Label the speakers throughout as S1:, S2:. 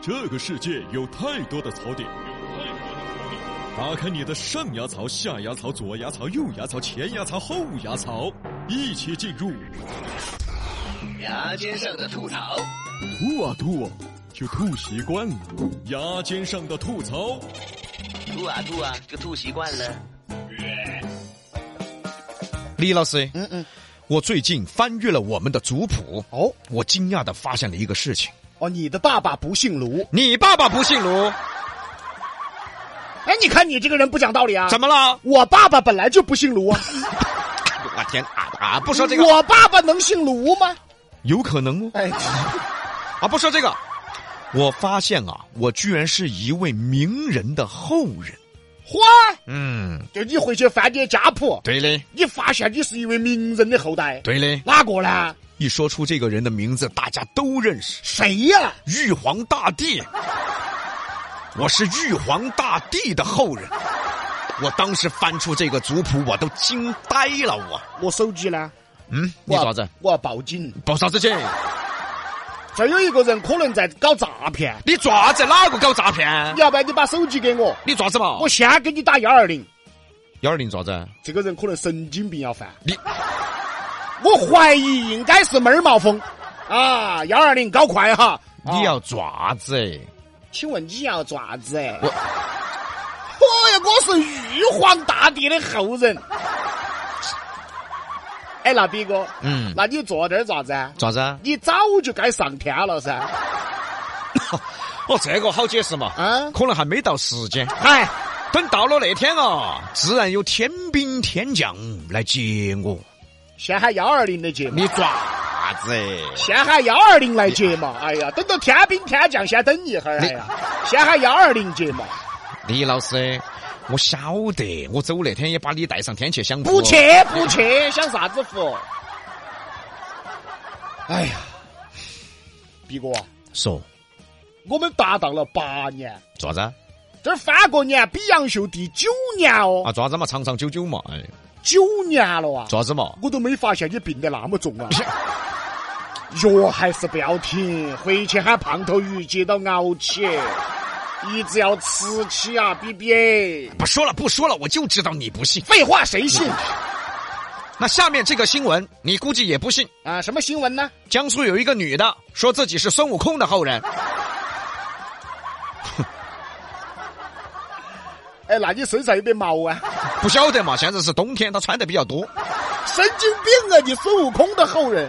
S1: 这个世界有太多的槽点，打开你的上牙槽、下牙槽、左牙槽、右牙槽、前牙槽、后牙槽，一起进入
S2: 牙尖上的吐槽，
S1: 吐啊吐啊，就吐习惯了。牙尖上的吐槽，
S2: 吐啊吐啊，就吐习惯了。
S3: 李老师，嗯嗯，我最近翻阅了我们的族谱，
S4: 哦
S3: 我惊讶的发现了一个事情：
S4: 哦，你的爸爸不姓卢。
S3: 你爸爸不姓卢，
S4: 哎，你看你这个人不讲道理啊！
S3: 怎么了？
S4: 我爸爸本来就不姓卢啊！
S3: 我天啊啊！不说这个，
S4: 我爸爸能姓卢吗？
S3: 有可能哦。
S4: 哎，
S3: 啊，不说这个，我发现啊，我居然是一位名人的后人。
S4: 花
S3: 嗯，
S4: 就你回去翻你的家谱，
S3: 对嘞，
S4: 你发现你是一位名人的后代。
S3: 对嘞。
S4: 哪个呢？
S3: 一说出这个人的名字，大家都认识
S4: 谁呀、
S3: 玉皇大帝。我是玉皇大帝的后人。我当时翻出这个族谱，我都惊呆了。我，
S4: 我手机呢？
S3: 嗯，你
S4: 我要
S3: 咋子？？
S4: 我要报警！
S3: 报啥子去？
S4: 这有一个人可能在搞诈骗，
S3: 你爪子哪个搞诈骗
S4: 你？要不然你把手机给我，
S3: 你爪子嘛
S4: 我？先给你打幺二零。
S3: 幺二零爪子？
S4: 这个人可能神经病要犯，
S3: 你
S4: 我怀疑应该是猫儿冒风啊！幺二零搞快哈！哦
S3: 你要爪子哎？
S4: 请问你要爪子？哎，
S3: 我
S4: 我，哎呀，我是玉皇大帝的后人。 哎，那比哥，
S3: 嗯
S4: 那你坐这儿咋子啊？
S3: 爪子？
S4: 你早就该上天了噻！
S3: 哦，这个好解释嘛。
S4: 啊
S3: 嗯可能还没到时间。
S4: 哎，
S3: 等到了那天啊，自然有天兵天将来接我。
S4: 先喊幺二零的接嘛，
S3: 你爪子哎？
S4: 先喊幺二零来接嘛。哎呀，等到天兵天将，先等一会儿。哎呀，先喊幺二零接嘛，
S3: 李老师，哎我晓得，我走那天也把你带上天去享福。
S4: 不去不去，享啥子福？哎呀，毕哥，啊
S3: 说
S4: 我们搭档了八年。
S3: 爪子啊，
S4: 这翻过年比杨秀第九年哦，
S3: 啊爪子嘛，长长久久嘛，哎，
S4: 九年了啊！
S3: 爪子嘛，
S4: 我都没发现你病得那么重啊！药还是不要停，回去喊胖头鱼接到熬起，一直要吃起啊！比比，
S3: 不说了，不说了，我就知道你不信。
S4: 废话谁信
S3: 那下面这个新闻，你估计也不信。
S4: 啊？什么新闻呢？
S3: 江苏有一个女的说自己是孙悟空的后人，
S4: 哎，那你身上有没毛啊？
S3: 不晓得嘛，现在是冬天，她穿的比较多。
S4: 神经病啊！你孙悟空的 后人。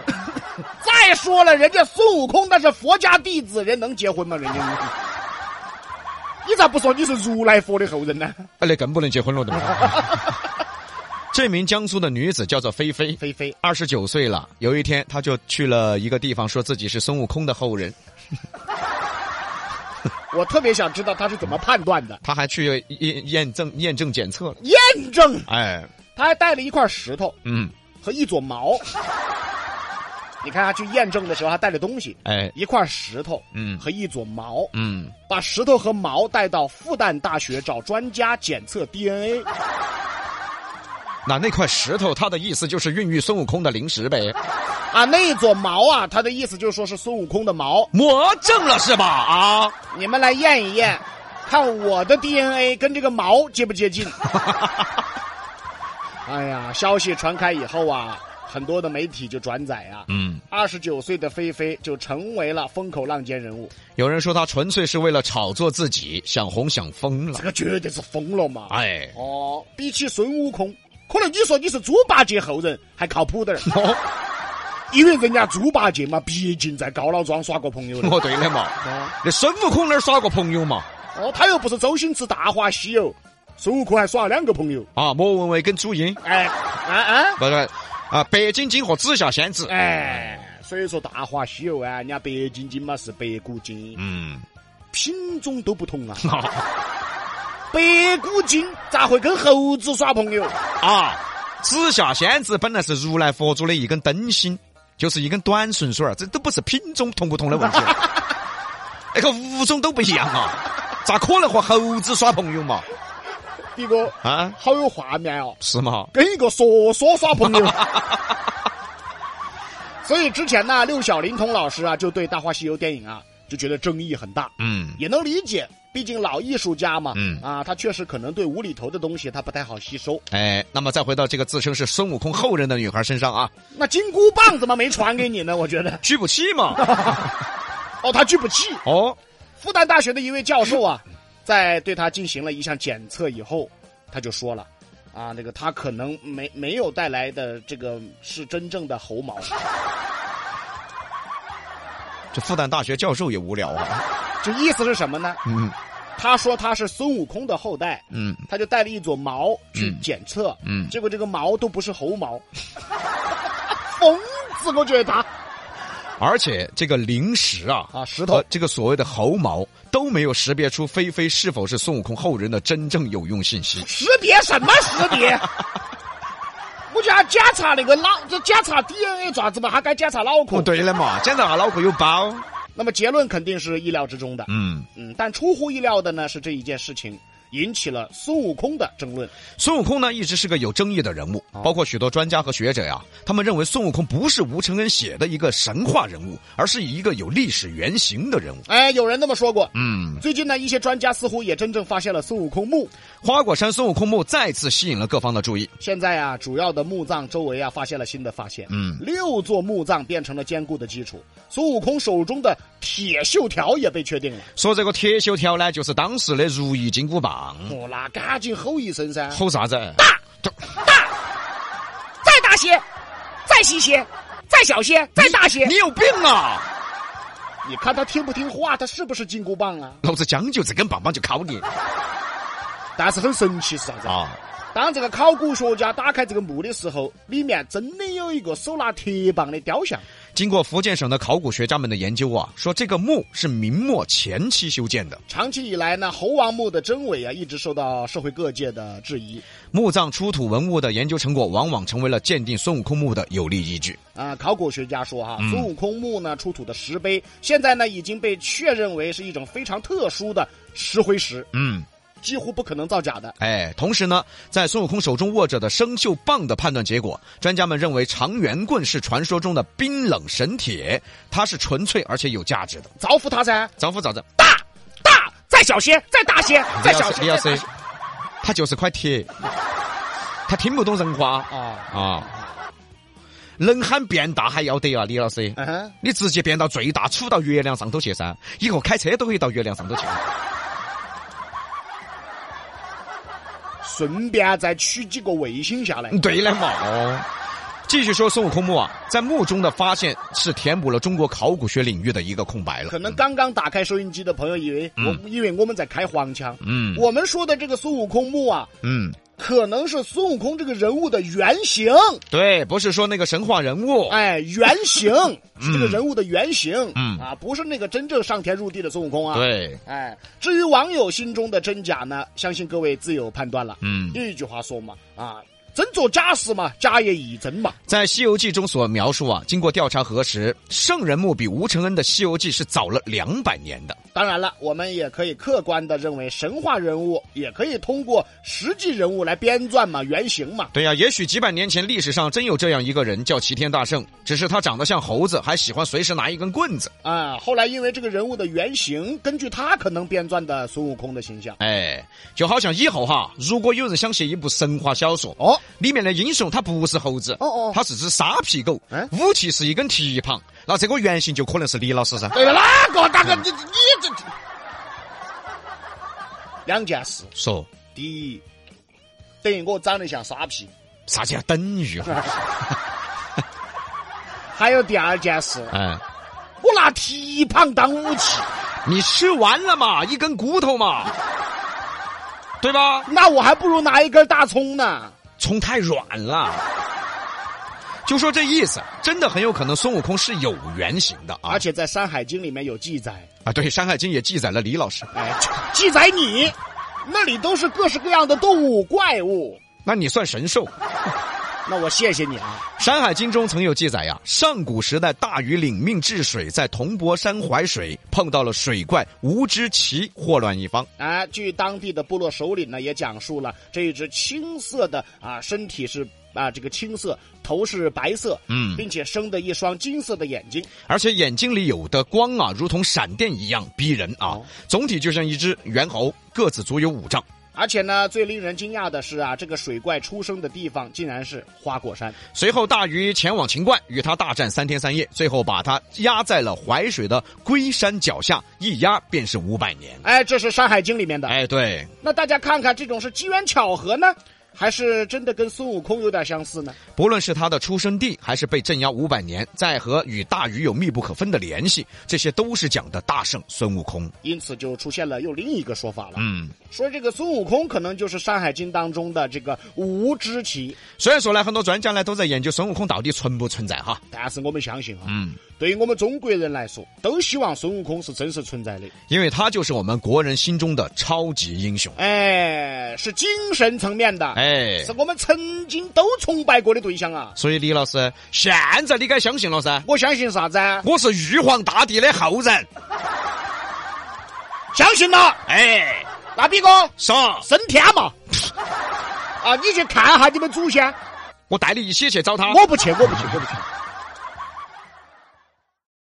S4: 再说了，人家孙悟空那是佛家弟子，人能结婚吗？人家，你咋不说你是如来佛的后人呢？
S3: 哎，那更不能结婚了的嘛。这名江苏的女子叫做菲菲，
S4: 菲菲，
S3: 二十九岁了。有一天，她就去了一个地方，说自己是孙悟空的后人。
S4: 我特别想知道他是怎么判断的。
S3: 她还去验验证验证检测了。
S4: 验证，
S3: 哎，
S4: 他还带了一块石头
S3: 嗯，
S4: 和一撮毛。你看他去验证的时候，他带了东西，
S3: 哎，
S4: 一块石头，
S3: 嗯
S4: 和一撮毛，
S3: 嗯，
S4: 把石头和毛带到复旦大学找专家检测 DNA。
S3: 那那块石头，它的意思就是孕育孙悟空的灵石呗。
S4: 啊，那一撮毛啊，他的意思就是说是孙悟空的毛。
S3: 魔怔了是吧？啊，
S4: 你们来验一验，看我的 DNA 跟这个毛接不接近。哎呀，消息传开以后啊，很多的媒体就转载啊。
S3: 嗯，
S4: 二十九岁的菲菲就成为了风口浪尖人物，
S3: 有人说她纯粹是为了炒作自己，想红想疯了
S4: 这。个绝对是疯了嘛！
S3: 哎，
S4: 哦，比起孙悟空，可能你说你是猪八戒后人还靠谱点儿，
S3: 哦，
S4: 因为人家猪八戒嘛，毕竟在高老庄耍过朋 友的。
S3: 哦对了嘛，那孙悟空那儿耍过朋友嘛？
S4: 哦，他又不是周星驰《大话西游》，孙悟空还耍了两个朋友。
S3: 啊，莫文蔚跟朱茵。
S4: 哎，啊啊，
S3: 不是啊，白晶晶和紫霞仙子。
S4: 哎，所以说《大话西游》啊，人家白晶晶嘛是白骨精，
S3: 嗯，
S4: 品种都不同啊。
S3: 好
S4: 白骨精咋会跟猴子耍朋友？
S3: 啊，紫霞仙子本来是如来佛祖的一根灯芯，就是一根短顺水儿，这都不是品种同不同的问题了，那个物种都不一样啊，咋可能和猴子耍朋友嘛？
S4: 一个
S3: 啊，
S4: 好有画面哦。
S3: 是吗？
S4: 跟一个说说耍朋友。所以之前呢，六小龄童老师啊，就对《大话西游》电影啊就觉得争议很大，
S3: 嗯
S4: 也能理解，毕竟老艺术家嘛，
S3: 嗯
S4: 啊，他确实可能对无厘头的东西他不太好吸收。
S3: 哎，那么再回到这个自称是孙悟空后人的女孩身上啊，
S4: 那金箍棒怎么没传给你呢？我 觉得，
S3: 举不起嘛。
S4: 哦，他举不起。
S3: 哦，
S4: 复旦大学的一位教授啊，在对他进行了一项检测以后，他就说了。啊，那个他可能没没有带来的这个是真正的猴毛，
S3: 这复旦大学教授也无聊啊。
S4: 就意思是什么呢？
S3: 嗯
S4: 他说他是孙悟空的后代，
S3: 嗯
S4: 他就带了一撮毛去检测，
S3: 嗯
S4: 结果这个毛都不是猴毛， 疯子，我觉得他
S3: 而且这个零食啊
S4: 啊石头
S3: 和这个所谓的猴毛都没有识别出菲菲是否是孙悟空后人的真正有用信息。
S4: 识别什么识 别？我就要检查那个脑，这检查 DNA 爪子嘛，还该检查脑
S3: 不
S4: 壳。
S3: 哦对了嘛，啊检查下脑壳有包。
S4: 那么结论肯定是意料之中的，
S3: 嗯，
S4: 嗯，但出乎意料的呢是这一件事情引起了孙悟空的争论。
S3: 孙悟空呢一直是个有争议的人物，包括许多专家和学者呀、他们认为孙悟空不是吴承恩写的一个神话人物，而是一个有历史原型的人物。
S4: 哎，有人那么说过。
S3: 嗯，
S4: 最近呢，一些专家似乎也真正发现了孙悟空墓。
S3: 花果山孙悟空墓再次吸引了各方的注意。
S4: 现在啊，主要的墓葬周围啊，发现了新的发现。
S3: 嗯
S4: 六座墓葬变成了坚固的基础。孙悟空手中的铁锈条也被确定了。
S3: 说这个铁锈条呢，就是当时的如意金箍棒，
S4: 哦，那赶紧吼一声噻！
S3: 吼啥子？
S4: 再大些，再细些，再小些，再大些。
S3: 你
S4: 你
S3: 有病啊！
S4: 你看他听不听话，他是不是金箍棒啊？
S3: 老子将就这根棒棒就拷你
S4: 但是很神奇是啥子？
S3: 啊！
S4: 当这个考古学家打开这个墓的时候，里面真的有一个手拿铁棒的雕像。
S3: 经过福建省的考古学家们的研究啊，说这个墓是明末前期修建的，
S4: 长期以来呢，猴王墓的真伪啊，一直受到社会各界的质疑。
S3: 墓葬出土文物的研究成果往往成为了鉴定孙悟空墓的有力依据。
S4: 啊，考古学家说哈，孙悟空墓呢出土的石碑，现在呢已经被确认为是一种非常特殊的石灰石，
S3: 嗯，
S4: 几乎不可能造假的。
S3: 哎，同时呢，在孙悟空手中握着的生锈棒的判断结果，专家们认为长圆棍是传说中的冰冷神铁，它是纯粹而且有价值的。
S4: 造福他噻，
S3: 丈夫咋子？
S4: 大大再小些，再大些，
S3: 啊
S4: 再小些，
S3: 李老
S4: 再
S3: 师
S4: 大些，
S3: 他就是块铁，他听不懂人话
S4: 啊，
S3: 啊。能喊变大还要得啊，李老师，
S4: 嗯哼，
S3: 你直接变到最大，杵到月亮上头去噻，以后开车都可以到月亮上头去。
S4: 顺便再取几个卫星下来
S3: 嗯。对了嘛，哦。继续说孙悟空墓啊，在墓中的发现是填补了中国考古学领域的一个空白了。
S4: 可能刚刚打开收音机的朋友以为我，因为我们在开黄腔，
S3: 嗯
S4: 我们说的这个孙悟空墓啊，
S3: 嗯，
S4: 可能是孙悟空这个人物的原型，
S3: 对，不是说那个神话人物，
S4: 哎，原型是这个人物的原型，
S3: 嗯
S4: 啊，不是那个真正上天入地的孙悟空啊。，
S3: 对，
S4: 哎，至于网友心中的真假呢，相信各位自有判断了。
S3: 嗯，
S4: 有一句话说嘛，啊，真做假事嘛，假也亦真嘛。
S3: 在《西游记》中所描述啊，经过调查核实，圣人墓比吴承恩的《西游记》是早了两百年的。
S4: 当然了，我们也可以客观的认为，神话人物也可以通过实际人物来编撰嘛，原型嘛。
S3: 对呀、也许几百年前历史上真有这样一个人叫齐天大圣，只是他长得像猴子，还喜欢随时拿一根棍子。
S4: 啊，后来因为这个人物的原型，根据他可能编撰的孙悟空的形象。
S3: 哎，就好像以后哈，如果有人想写一部神话小说，
S4: 哦，
S3: 里面的英雄他不是猴子，
S4: 哦哦
S3: 他是只沙皮狗
S4: 嗯，
S3: 武器是一根蹄膀，那这个原型就可能是李老师噻。
S4: 对了，哪个大哥，你你这两件事，
S3: 说
S4: 第一，等于我长得像沙皮；
S3: 啥叫等于？
S4: 还有第二件事，
S3: 哎，
S4: 我拿蹄膀当武器，
S3: 你吃完了嘛，一根骨头嘛，对吧？
S4: 那我还不如拿一根大葱呢。
S3: 葱太软了。就说这意思，真的很有可能孙悟空是有原型的啊
S4: 而！且在《山海经》里面有记载，
S3: 啊，对，《山海经》也记载了李老师。
S4: 哎，记载你那里都是各式各样的动物怪物。
S3: 那你算神兽。
S4: 那我谢谢你啊，
S3: 《山海经》中曾有记载呀、上古时代大禹领命治水，在铜钵山淮水碰到了水怪吴之奇，祸乱一方。
S4: 啊，据当地的部落首领呢也讲述了这一只青色的啊，身体是啊，这个青色，头是白色，
S3: 嗯
S4: 并且生的一双金色的眼睛，
S3: 而且眼睛里有的光啊，如同闪电一样逼人啊
S4: 哦，
S3: 总体就像一只猿猴，个子足有五丈。
S4: 而且呢，最令人惊讶的是啊，这个水怪出生的地方竟然是花果山。
S3: 随后，大禹前往秦观，与他大战三天三夜，最后把他压在了淮水的龟山脚下，一压便是五百年。
S4: 哎，这是《山海经》里面的。
S3: 哎，对，
S4: 那大家看看，这种是机缘巧合呢，还是真的跟孙悟空有点相似呢？
S3: 不论是他的出生地，还是被镇压五百年，再和与大禹有密不可分的联系，这些都是讲的大圣孙悟空。
S4: 因此就出现了又另一个说法了，
S3: 嗯，
S4: 说这个孙悟空可能就是《山海经》当中的这个无知奇，
S3: 虽然说呢，很多专家呢都在研究孙悟空到底存不存在哈。
S4: 但是我们相信啊，
S3: 嗯，
S4: 对于我们中国人来说，都希望孙悟空是真实存在的，
S3: 因为他就是我们国人心中的超级英雄。
S4: 哎，是精神层面的，
S3: 哎
S4: 是，我们曾经都崇拜过的对象啊。
S3: 所以李老师，现在你该相信了噻，
S4: 我相信啥子啊？
S3: 我是玉皇大帝的后人。
S4: 相信了，
S3: 哎，
S4: 那比哥
S3: 说，
S4: 升天嘛！ 啊，你去看一下你们祖先，
S3: 我带你一起去找他。
S4: 我不去，我不去，我不去。